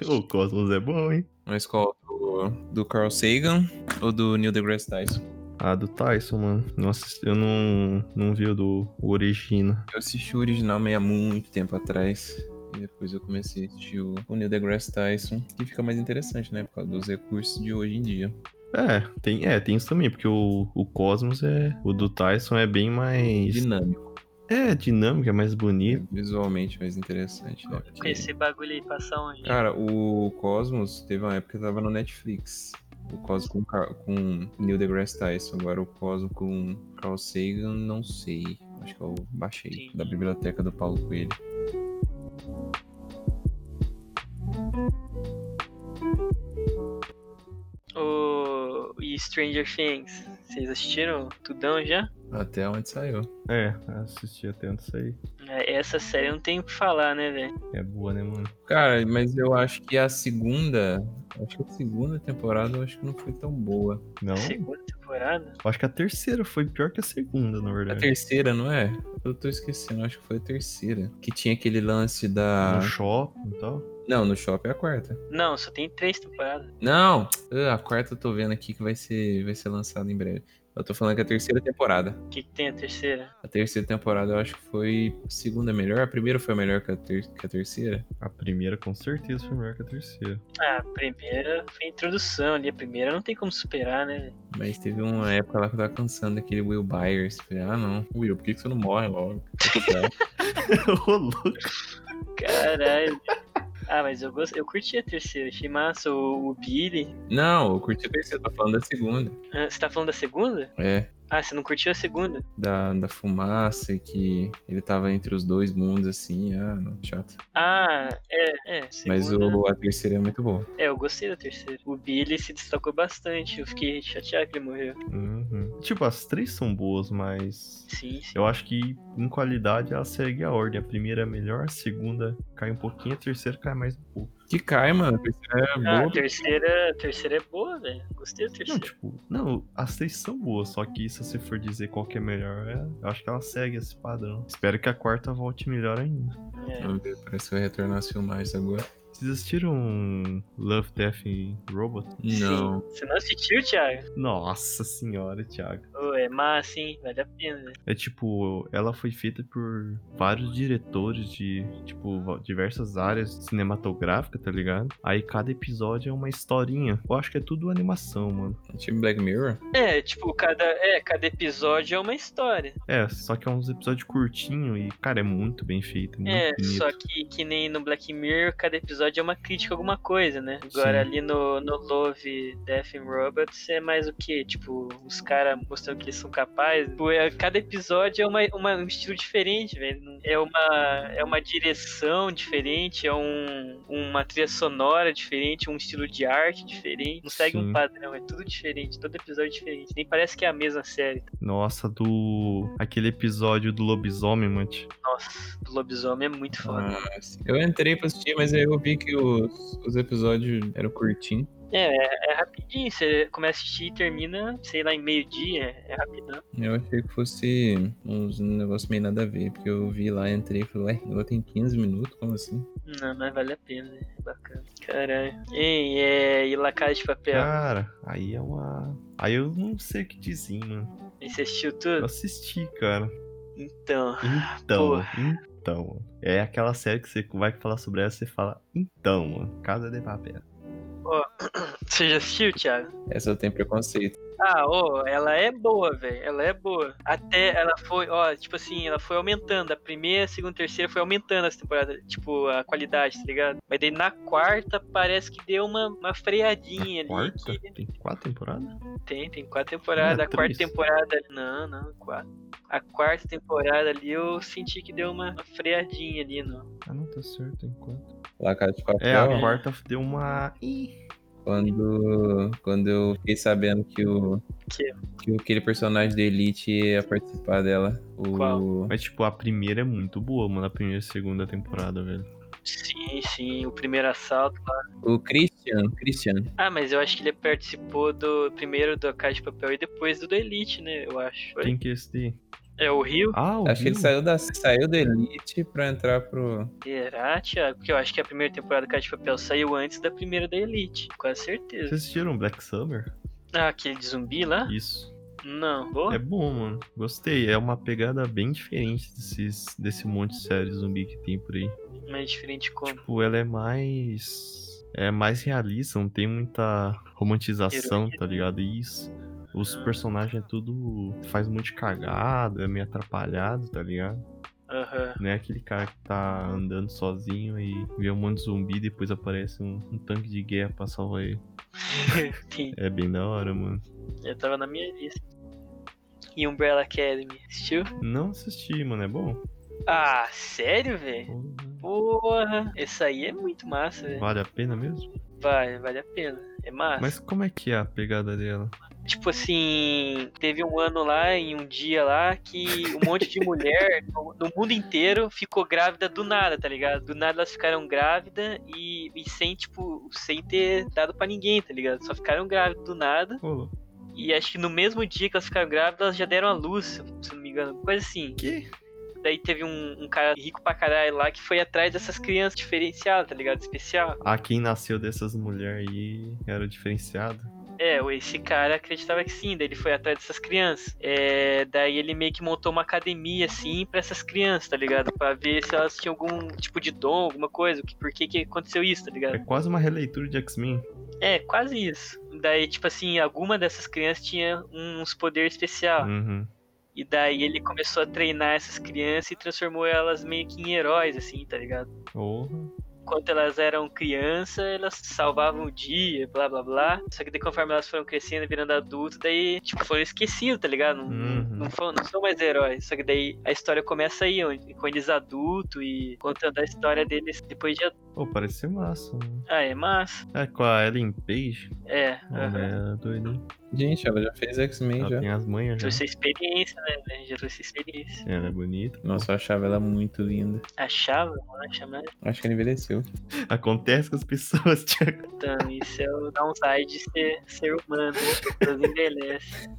O Cosmos é bom, hein? Uma escola do, do Carl Sagan ou do Neil deGrasse Tyson. Ah, do Tyson, mano. Nossa, eu não, não vi o do o Origina. Eu assisti o original meio há muito tempo atrás. E depois eu comecei a assistir o o Neil deGrasse Tyson. Que fica mais interessante, né? Por causa dos recursos de hoje em dia. É, tem, é, tem isso também, porque o, o Cosmos é. O do Tyson é bem mais. Dinâmico. né, É, dinâmico, é mais bonito. Visualmente mais interessante, né? Porque- Esse bagulho aí passar onde? Cara, o Cosmos teve uma época que tava no Netflix. O Cosmos com, Car- com Neil deGrasse Tyson. Agora o Cosmos com Carl Sagan, não sei. Acho que eu baixei. Sim. Da biblioteca do Paulo Coelho. O... E Stranger Things? Vocês assistiram tudão já? Até onde saiu. É, assisti até antes aí. É, Essa série não tem o que falar, né, velho? É boa, né, mano? Cara, mas eu acho que a segunda. Acho que a segunda temporada eu acho que não foi tão boa. Não? Segunda temporada? Eu Acho que a terceira foi pior que a segunda, na A verdade. terceira, não é? Eu tô esquecendo, acho que foi a terceira. Que tinha aquele lance da. No Ah. shopping e tal. Não, no shopping é a quarta. Não, só tem três temporadas. Não! Ah, A quarta eu tô vendo aqui que vai ser, vai ser lançada em breve. Eu tô falando que é a terceira temporada. O que, que tem a terceira? A terceira temporada eu acho que foi a segunda melhor. A primeira foi a melhor que a, ter- que a terceira. A primeira, com certeza, foi melhor que a terceira. Ah, a primeira foi a introdução ali. A primeira não tem como superar, né? velho? Mas teve uma época lá que eu tava cansando daquele Will Byers. Falei, ah não, Will, por que, que você não [LAUGHS] morre logo? [LAUGHS] Ô, louco. [LAUGHS] Caralho. ah, mas eu, gost... eu curti a terceira. Achei massa. O, o Billy. não, eu curti a terceira, tô tá falando da segunda. Ah, Você tá falando da segunda? É. Ah, você não curtiu a segunda? da, da fumaça e que ele tava entre os dois mundos, assim, ah, não, chato. Ah, é, é. Mas segunda- o, a terceira é muito boa. É, eu gostei da terceira. O Billy se destacou bastante. Eu fiquei chateado que ele morreu. Uhum. Tipo, as três são boas, mas. Sim, sim. Eu acho que em qualidade ela segue a ordem. A primeira é melhor, a segunda cai um pouquinho, a terceira cai mais um pouco. Que cai, mano. A terceira é Ah, boa. a terceira, a terceira é boa, velho. Gostei da Não, terceira. tipo, não, as três são boas, só que se você for dizer qual que é melhor, é- eu acho que ela segue esse padrão. Espero que a quarta volte melhor ainda. É. Vamos ver, Parece que vai retornar as filmagens agora. Vocês assistiram um Love, Death and Robot? Não. Sim. Você não assistiu, Thiago? Nossa senhora, Thiago. Ô, é massa, hein? Vale a pena. né? velho. É tipo, ela foi feita por vários diretores de, tipo, va- diversas áreas cinematográficas, tá ligado? Aí cada episódio é uma historinha. Eu acho que é tudo animação, mano. Tipo Black Mirror? É, tipo, cada, é, cada episódio é uma história. É, só que é uns episódios curtinho e, cara, é muito bem feito, é muito É, bonito. só que, que nem no Black Mirror, cada episódio é uma crítica a alguma coisa, né? Agora Sim. ali no, no Love, Death and Robots é mais o quê? Tipo, os caras mostrando que eles são capazes. Tipo, é- cada episódio é uma, uma- um estilo diferente, velho. É uma, é uma direção diferente, é um, uma trilha sonora diferente, um estilo de arte diferente. Não segue Sim. um padrão, é tudo diferente, todo episódio é diferente. Nem parece que é a mesma série. Nossa, do. aquele episódio do lobisomem, mano. Nossa, o lobisomem é muito foda. Ah, sim. Eu entrei pra assistir, mas aí eu vi que os, os episódios eram curtinhos. É, é rapidinho. Você começa a assistir e termina, sei lá, em meio-dia. É rapidão. Eu achei que fosse uns negócio meio nada a ver, porque eu vi lá, entrei e falei, ué, agora tem 15 minutos? Como assim? Não, mas vale a pena. né? É bacana. Caralho. Ei, é, e La Casa de Papel? Cara, aí é uma. Aí eu não sei o que dizer, mano. E Você assistiu Eu tudo? assisti, cara. Então. [LAUGHS] Então, então. É aquela série que você vai falar sobre ela e você fala, então, mano, Casa de Papel. Você já assistiu, Thiago? Essa eu tenho preconceito. Ah, ô, ela é boa, velho. Ela é boa. Até ela foi, ó, tipo assim, ela foi aumentando. A primeira, a segunda, a terceira foi aumentando as temporadas. Tipo, a qualidade, tá ligado? Mas daí na quarta parece que deu uma, uma freadinha ali. Quarta? que- Tem quatro temporadas? Tem, tem quatro temporadas. Ah, a quarta três. temporada. Não, não, quatro. A quarta temporada ali eu senti que deu uma freadinha ali, não. Ah, não, tá certo, enquanto. Lá, tipo, Casa de Papel. É, a quarta deu uma. Ih, Quando, quando eu fiquei sabendo que o. Que? que o- aquele personagem da Elite ia participar dela. O. Qual? Mas, tipo, a primeira é muito boa, mano, a primeira e segunda temporada, velho. Sim, sim, o primeiro assalto lá. O Christian. Christian. Ah, mas eu acho que ele participou do primeiro do Casa de Papel e depois do da Elite, né? Eu acho. Foi? Quem que é esse daí? É o Rio? Ah, o Acho que ele Bill? saiu da, saiu da Elite pra entrar pro. Será, Thiago? Porque eu acho que a primeira temporada do Casa de Papel saiu antes da primeira da Elite. Quase certeza. Vocês assistiram Black Summer? Ah, aquele de zumbi lá? Isso. Não. Boa? É bom, mano. Gostei. É uma pegada bem diferente desses, desse monte de série zumbi que tem por aí. Mas é diferente como? Tipo, ela é mais. É mais realista, não tem muita romantização, tá ligado? Isso. Os personagens é tudo. faz muito cagada, é meio atrapalhado, tá ligado? Aham. [LAUGHS] Não é aquele cara que tá andando sozinho e vê um monte de zumbi e depois aparece um, um tanque de guerra pra salvar ele. Entendi. É bem da hora, mano. Eu tava na minha lista. E Umbrella Academy, assistiu? Não assisti, mano, é bom? Ah, sério, velho? Porra. Porra, essa aí é muito massa, velho. Vale a pena mesmo? Vale, vale a pena. É massa. Mas como é que é a pegada dela? Tipo assim, teve um ano lá, em um dia lá, que um monte de mulher [LAUGHS] no, no mundo inteiro ficou grávida do nada, tá ligado? Do nada elas ficaram grávidas e, e sem, tipo, sem ter dado pra ninguém, tá ligado? Só ficaram grávidas do nada. Pô, E acho que no mesmo dia que elas ficaram grávidas, elas já deram à luz, se eu não me engano. Coisa assim. Que? Daí teve um, um cara rico pra caralho lá que foi atrás dessas crianças diferenciadas, tá ligado? Especial. a Ah, quem nasceu dessas mulheres aí era diferenciado? É, o- esse cara acreditava que sim, daí ele foi atrás dessas crianças. É, daí ele meio que montou uma academia, assim, pra essas crianças, tá ligado? Pra ver se elas tinham algum tipo de dom, alguma coisa, que, por que que aconteceu isso, tá ligado? É quase uma releitura de X-Men. É, quase isso. Daí, tipo assim, alguma dessas crianças tinha uns poderes especial. Uhum. E daí ele começou a treinar essas crianças e transformou elas meio que em heróis, assim, tá ligado? Porra. quando elas eram criança, elas salvavam o dia, blá blá blá. Só que daí, conforme elas foram crescendo, virando adulto, daí, tipo, foram esquecidos, tá ligado? Não, Uhum. não, foram- não são mais heróis. Só que daí a história começa aí, onde, com eles adultos e contando a história deles depois de adulto. Pô, parece ser massa. né? Ah, é massa. É com a Ellen Page. É. aham. Ela é doida. hein? Gente, ela já fez X-Men Ela já. tem as manhas já. Trouxe a experiência, né, velho? Já trouxe a experiência. Ela é bonita. Nossa, eu achava ela muito linda. Achava, não acha mais. Acho que ela envelheceu. Acontece com as pessoas, [LAUGHS] Thiago. Então, isso é o downside de ser, ser humano, né? [LAUGHS] Todos envelhecem.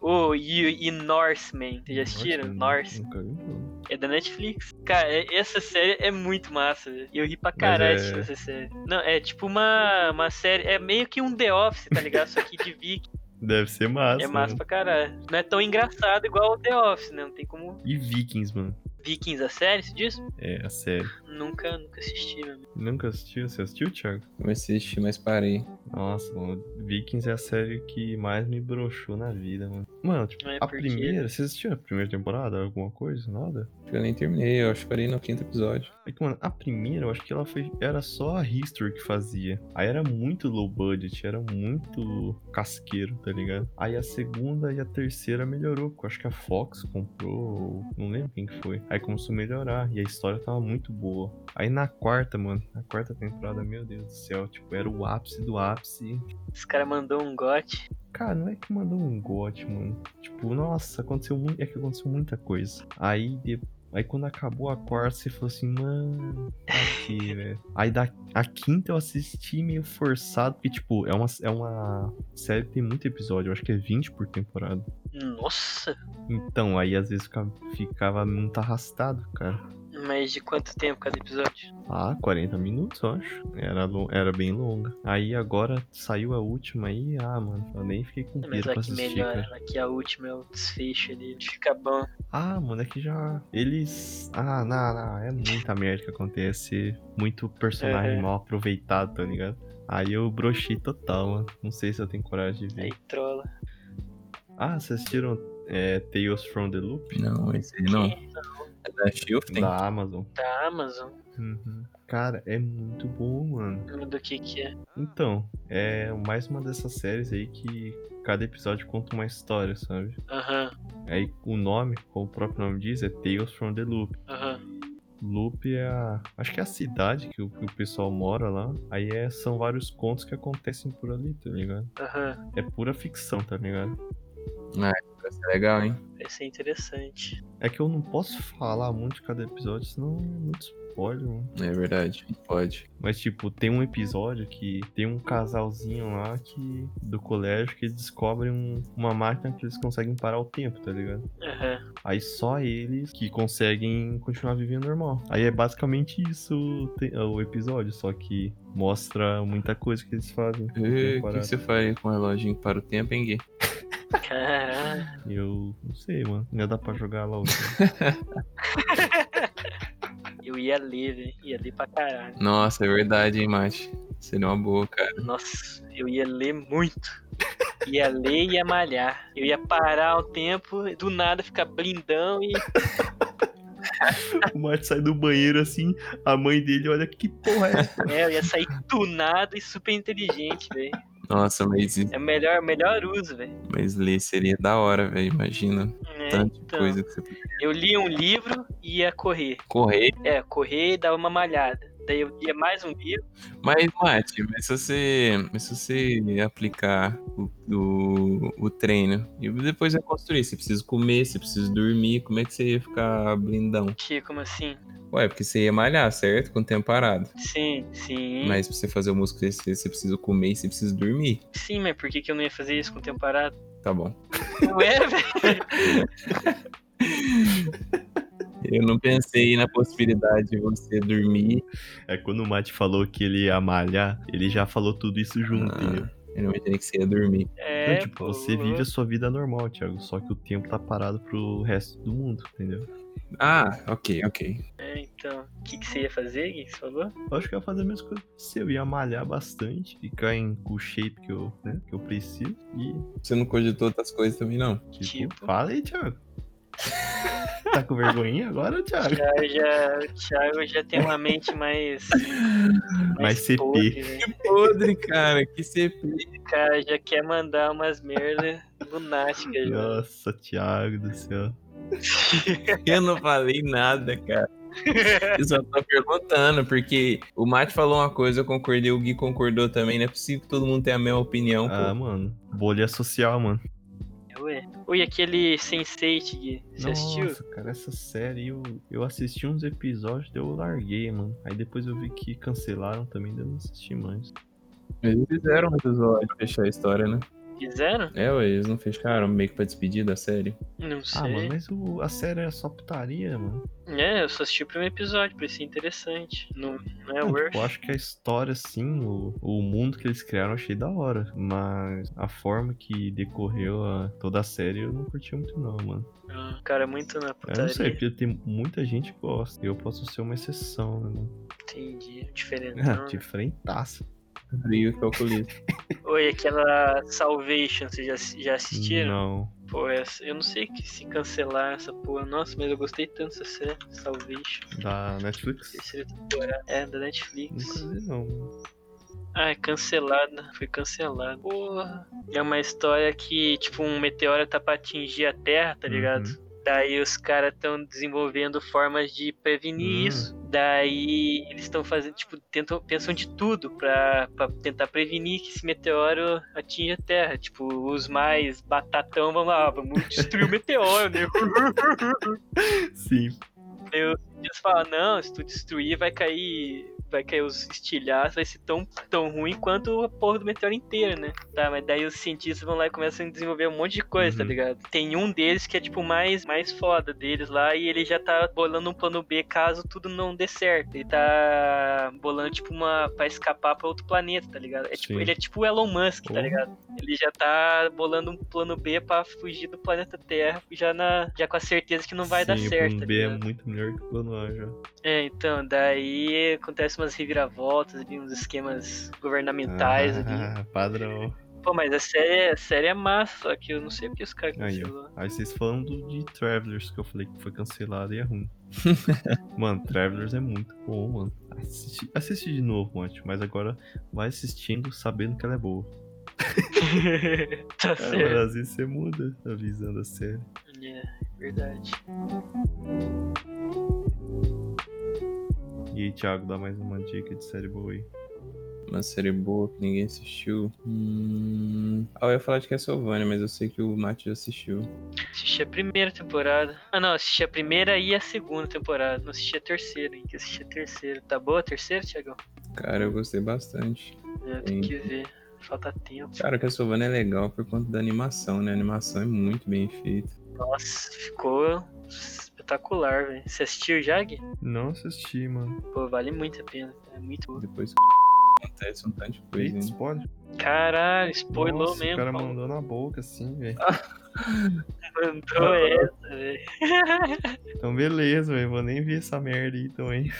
Oh, e, e Norseman, vocês já assistiram? Norse. Nunca vi, não. É da Netflix. Cara, é- essa série é muito massa. velho. Eu ri pra caralho é- assistindo essa série. Não, é tipo uma, uma série. É meio que um The Office, tá ligado? Só [LAUGHS] que de Vic. Deve ser massa. É massa né? pra caralho. Não é tão engraçado igual o The Office, né? Não tem como. E Vikings, mano. Vikings, a série, se diz? É, a série. Nunca, nunca assisti, meu amigo. Nunca assistiu? Você assistiu, Thiago? Comecei a assistir, mas parei. Nossa, mano. Vikings é a série que mais me broxou na vida, mano. Mano, tipo, Não é a porque- primeira. Você assistiu a primeira temporada? Alguma coisa? Nada? Acho que Eu nem terminei, eu acho que parei no quinto episódio. É que, mano, a primeira eu acho que ela foi. Era só a History que fazia. Aí era muito low budget, era muito casqueiro, tá ligado? Aí a segunda e a terceira melhorou. porque eu Acho que a Fox comprou. Não lembro quem que foi. Aí começou a melhorar. E a história tava muito boa. Aí na quarta, mano, na quarta temporada, meu Deus do céu, tipo, era o ápice do ápice. Os caras mandou um gote. Cara, não é que mandou um gote, mano. Tipo, nossa, aconteceu muito. É que aconteceu muita coisa. Aí de- Aí quando acabou a quarta, você falou assim, mano, aqui, [LAUGHS] velho. Aí da... a quinta eu assisti meio forçado, porque, tipo, é uma, é uma série que tem muito episódio, eu acho que é 20 por temporada. Nossa! Então, aí às vezes fica- ficava muito arrastado, cara. Mas de quanto tempo cada episódio? Ah, 40 minutos, eu acho. Era, lon- era bem longa. Aí agora saiu a última aí, ah, mano, eu nem fiquei com Mas medo pra lá que assistir, cara. melhora, lá que a última é o desfecho ali. Fica bom. Ah, mano, é que já. Eles. Ah, não, não. É muita merda que acontece. Muito personagem Uhum. mal aproveitado, tá ligado? Aí eu brochei total, mano. Não sei se eu tenho coragem de ver. Aí trola. Ah, vocês assistiram é, Tales from the Loop? Não, esse aí não. Que É da Shifting? Da Amazon. Da Amazon? Uhum. Cara, é muito bom, mano. Do que que é? Então, é mais uma dessas séries aí que cada episódio conta uma história, sabe? Aham, Aí o nome, como o próprio nome diz, é Tales from the Loop. aham. Loop é a. Acho que é a cidade que o, que o pessoal mora lá. Aí é, são vários contos que acontecem por ali, tá ligado? Aham. É pura ficção, tá ligado? Vai ser legal, hein? Vai ser interessante. É que eu não posso falar muito de cada episódio, senão é muito spoiler, mano. É verdade, pode. Mas, tipo, tem um episódio que tem um casalzinho lá que do colégio que eles descobrem um- uma máquina que eles conseguem parar o tempo, tá ligado? Aham. Aí só eles que conseguem continuar vivendo normal. Aí é basicamente isso o te- o episódio, só que mostra muita coisa que eles fazem. O É, que, que você faria com um reloginho para o tempo, hein, Gui? Caralho. Eu não sei, mano. Ainda dá pra jogar lá o Eu ia ler, velho. Ia ler pra caralho. Nossa, é verdade, hein, Mate? Seria uma boa, cara. Nossa, eu ia ler muito. Ia ler e ia malhar. Eu ia parar o tempo, do nada ficar blindão e [LAUGHS] O Marte sai do banheiro assim, a mãe dele olha que porra é essa? É, eu ia sair tunado e super inteligente, velho. Nossa, mas, É o melhor, melhor uso, velho. mas ler seria da hora, velho. Imagina. É, Tanta então, coisa que você podia eu lia um livro e ia correr. correr. É, correr e dava uma malhada. Daí eu lia mais um livro. Mas, Mate, mas se você, mas se você aplicar o, o, o treino e depois vai construir, você precisa comer, você precisa dormir, como é que você ia ficar blindão? Que, como assim? Ué, porque você ia malhar, certo? Com o tempo parado. Sim, sim. Mas pra você fazer o músculo crescer, você precisa comer e você precisa dormir. Sim, mas por que, que eu não ia fazer isso com o tempo parado? Tá bom. Ué, [LAUGHS] velho. Eu não pensei na possibilidade de você dormir. É quando o Mate falou que ele ia malhar, ele já falou tudo isso junto, Ah, entendeu? Eu não imaginei que você ia dormir. É, Então, tipo, pô, você vive a sua vida normal, Thiago. Só que o tempo tá parado pro resto do mundo, entendeu? Ah, ok, ok. É, então. O que, que você ia fazer, Gui, que você falou? Eu acho que eu ia fazer a mesma coisa que você. Eu ia malhar bastante, ficar em cool shape que eu, né, que eu preciso. E, Você não cogitou outras coisas também, não? tipo, Tipo? fala aí, Thiago. [LAUGHS] Tá com vergonha agora, Thiago? Já, já, o Thiago já tem uma mente mais. [LAUGHS] Mais CP. podre, né? Que podre, cara. Que CP. O cara já quer mandar umas merdas lunáticas. né? já. Nossa, Thiago do Um céu. Eu não falei nada, cara. Eu só tô perguntando, porque o Mate falou uma coisa, eu concordei, o Gui concordou também. Não é possível que todo mundo tenha a mesma opinião. pô. Ah, mano. Bolha social, mano. Ué. Ui, aquele Sense8, Gui. Você assistiu? Nossa, cara, essa série eu, eu assisti uns episódios, daí eu larguei, mano. Aí depois eu vi que cancelaram também, daí eu não assisti mais. Eles fizeram um episódio pra fechar a história, né? Fizeram? É, ué, eles não fecharam meio que pra despedir da série. Não sei. Ah, mano, mas o- a série era só putaria, mano. É, eu só assisti o primeiro episódio, parecia interessante. Não, não é Ah, worth. tipo, eu acho que a história, assim, o, o mundo que eles criaram eu achei da hora. Mas a forma que decorreu a- toda a série eu não curti muito, não, mano. Não, cara, é muito na Eu não sei, putaria. porque tem muita gente que gosta. Eu posso ser uma exceção, né, [LAUGHS] mano? Entendi. [LAUGHS] Diferente. Ah, de frentaça. Frio, calculista. Oi, aquela Salvation, vocês já, assi- já assistiram? Não. Pô, essa, eu não sei que se cancelar essa porra. Nossa, mas eu gostei tanto dessa série, Salvation. Da Netflix? Terceira temporada. É, da Netflix. Nunca vi, não, mano. Ah, é cancelada. Foi cancelada. Porra. É uma história que, tipo, um meteoro tá pra atingir a Terra, tá ligado? Daí os caras estão desenvolvendo formas de prevenir Hum. isso. Daí eles estão fazendo, tipo, tentam, pensam de tudo pra, pra tentar prevenir que esse meteoro atinja a Terra. Tipo, os mais batatão vão lá, "Ah, vamos destruir o meteoro, né? Sim. Daí os eles falam, não, se tu destruir vai cair. Vai cair os estilhaços, vai ser tão, tão ruim quanto a porra do meteoro inteiro, né? Tá, mas daí os cientistas vão lá e começam a desenvolver um monte de coisa, tá Uhum. ligado? Tem um deles que é tipo o mais, mais foda deles lá e ele já tá bolando um plano B caso tudo não dê certo. Ele tá bolando tipo uma. pra escapar pra outro planeta, tá ligado? É tipo, Sim. ele é tipo o Elon Musk, tá Porra. ligado? Ele já tá bolando um plano B pra fugir do planeta Terra, já, na, já com a certeza que não vai Sim, dar o certo. plano tá B é ligado? muito melhor que o plano A já. É, então, daí acontece umas reviravoltas, ali, uns esquemas governamentais ali. Ah, [LAUGHS] padrão. Pô, mas a série, a série é massa, só que eu não sei porque os caras Aí, ó. cancelou. Aí vocês falam do- de Travelers, que eu falei que foi cancelado e é ruim. mano, Travelers é muito bom, mano. Assiste, assiste de novo, Monte, mas agora vai assistindo sabendo que ela é boa. [LAUGHS] É, tá mas certo. às vezes você muda a visão da série. É, verdade. E aí, Thiago, dá mais uma dica de série boa aí. Uma série boa que ninguém assistiu. Hum... Ah, eu ia falar de Castlevania, mas eu sei que o Mate já assistiu. Assisti a primeira temporada. Ah, não, assisti a primeira e a segunda temporada. Não assisti a terceira, hein? Que assisti a terceira. Tá boa a terceira, Thiagão? Cara, eu gostei bastante. É, tem Sim. que ver. Falta tempo. Cara, Castlevania é legal por conta da animação, né? A animação é muito bem feita. Nossa, ficou espetacular, velho. Você assistiu já, Gui? Não assisti, mano. Pô, vale muito a pena. É muito bom. Depois acontece um tanto de coisa, Eita, hein? spoiler. Caralho, spoilou Nossa, mesmo. O cara é Paulo. mandou na boca, assim, velho. Mandou essa, velho. Então, beleza, velho. Vou nem ver essa merda aí, então, hein.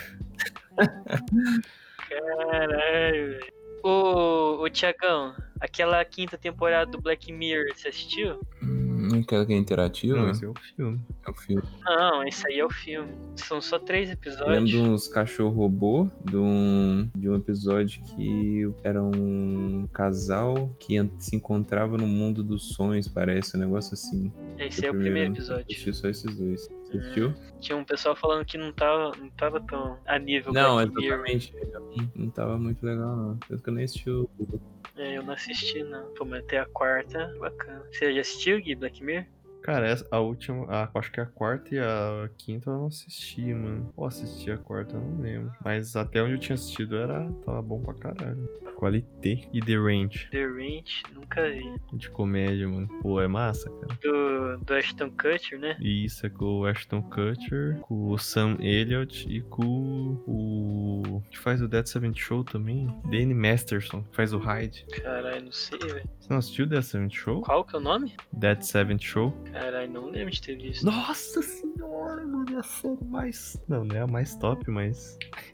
Caralho, velho. Ô, ô Tiagão, aquela quinta temporada do Black Mirror, você assistiu? Hum, Aquela que é interativa? Não, esse é o filme. É o filme. Não, esse aí é o filme. São só três Eu lembro episódios. de uns cachorro robô, de um, de um episódio que era um casal que en- se encontrava no mundo dos sonhos, parece, um negócio assim. Esse aí é o primeiro Eu episódio. assisti só esses dois. Você assistiu? Tinha um pessoal falando que não tava, não tava tão a nível Não, Black Mirror. exatamente. Não- Não tava muito legal, não. Tanto que eu nem assisti o. É, eu não assisti, não. Pô, mas até a quarta, bacana. Você já assistiu, Gui, Black Mirror? Cara, essa, a última, a- acho que a quarta e a quinta eu não assisti, mano. Ou assisti a quarta, eu não lembro. Mas até onde eu tinha assistido era, tava bom pra caralho. Qualité e The Range The Ranch, nunca vi. de comédia, mano. Pô, é massa, cara. Do, do Ashton Kutcher, né? E isso é com o Ashton Kutcher, com o Sam Elliott e com o. que faz o Dead Seven Show também? Danny Masterson, que faz o Hyde. Caralho, não sei, velho. Você não assistiu o Dead Seven Show? Qual que é o nome? Dead Seven Show? Caralho, não lembro de ter visto. Nossa senhora, mano, é a série mais. Não, não é a mais top, mas. [LAUGHS]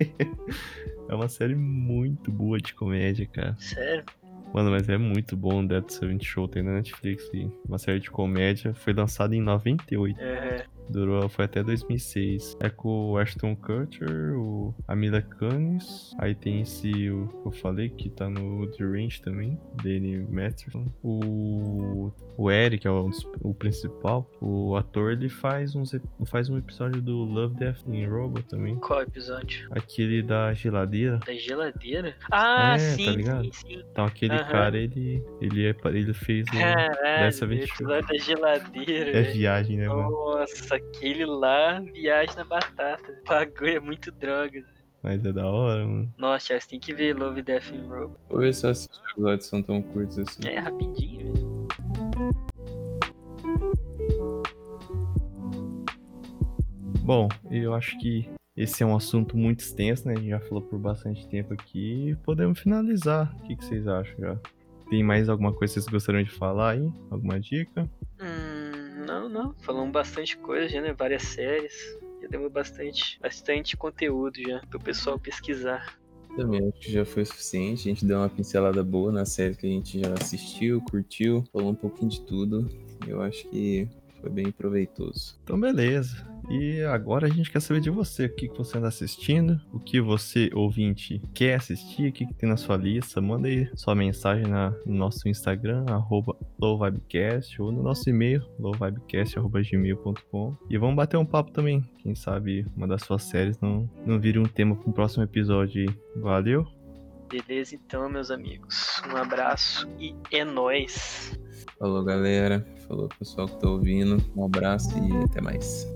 é uma série muito boa de comédia, cara. Sério? Mano, mas é muito bom o Dead Seven Show, tem na Netflix. E uma série de comédia foi lançada em 98. É. Durou, foi até 2006. É com o Ashton Kutcher, o Amila Canes. Aí tem esse o que eu falei, que tá no The Range também, Danny Matterson. O, o Eric, é o, o principal, o ator, ele faz, uns, ep- faz um episódio do Love, Death and Robot também. Qual episódio? Aquele da geladeira. Da geladeira? Ah, É, tá sim, ligado? sim, sim. Então aquele Aham. cara, ele, ele, é, pa- ele fez o- [LAUGHS] Caralho, Dessa vez o foi. episódio da geladeira, É velho. viagem, né, mano? Nossa, aquele lá viagem na batata. O bagulho é muito droga. Mas é da hora, mano. Nossa, Charles, tem que ver Love, Death and Robot. Vou ver se os episódios são tão curtos assim. É rapidinho, velho. Bom, eu acho que esse é um assunto muito extenso, né? A gente já falou por bastante tempo aqui. e Podemos finalizar. O que, que vocês acham já? Tem mais alguma coisa que vocês gostariam de falar aí? Alguma dica? Hum, não, não. Falamos bastante coisa já, né? Várias séries. Já demos bastante, bastante conteúdo já pro pessoal pesquisar. Também acho que já foi o suficiente. A gente deu uma pincelada boa na série que a gente já assistiu, curtiu, falou um pouquinho de tudo. Eu acho que foi bem proveitoso. Então, beleza. E agora a gente quer saber de você. O que, que você anda assistindo? O que você, ouvinte, quer assistir? O que, que tem na sua lista? Manda aí sua mensagem na, no nosso Instagram, arroba lowvibecast, ou no nosso e-mail, lowvibecast.gmail.com. E vamos bater um papo também. Quem sabe uma das suas séries não, não vire um tema para um próximo episódio. aí. Valeu! Beleza, então, meus amigos. Um abraço e é nóis. Falou, galera. Falou, pessoal que tá ouvindo. Um abraço e até mais.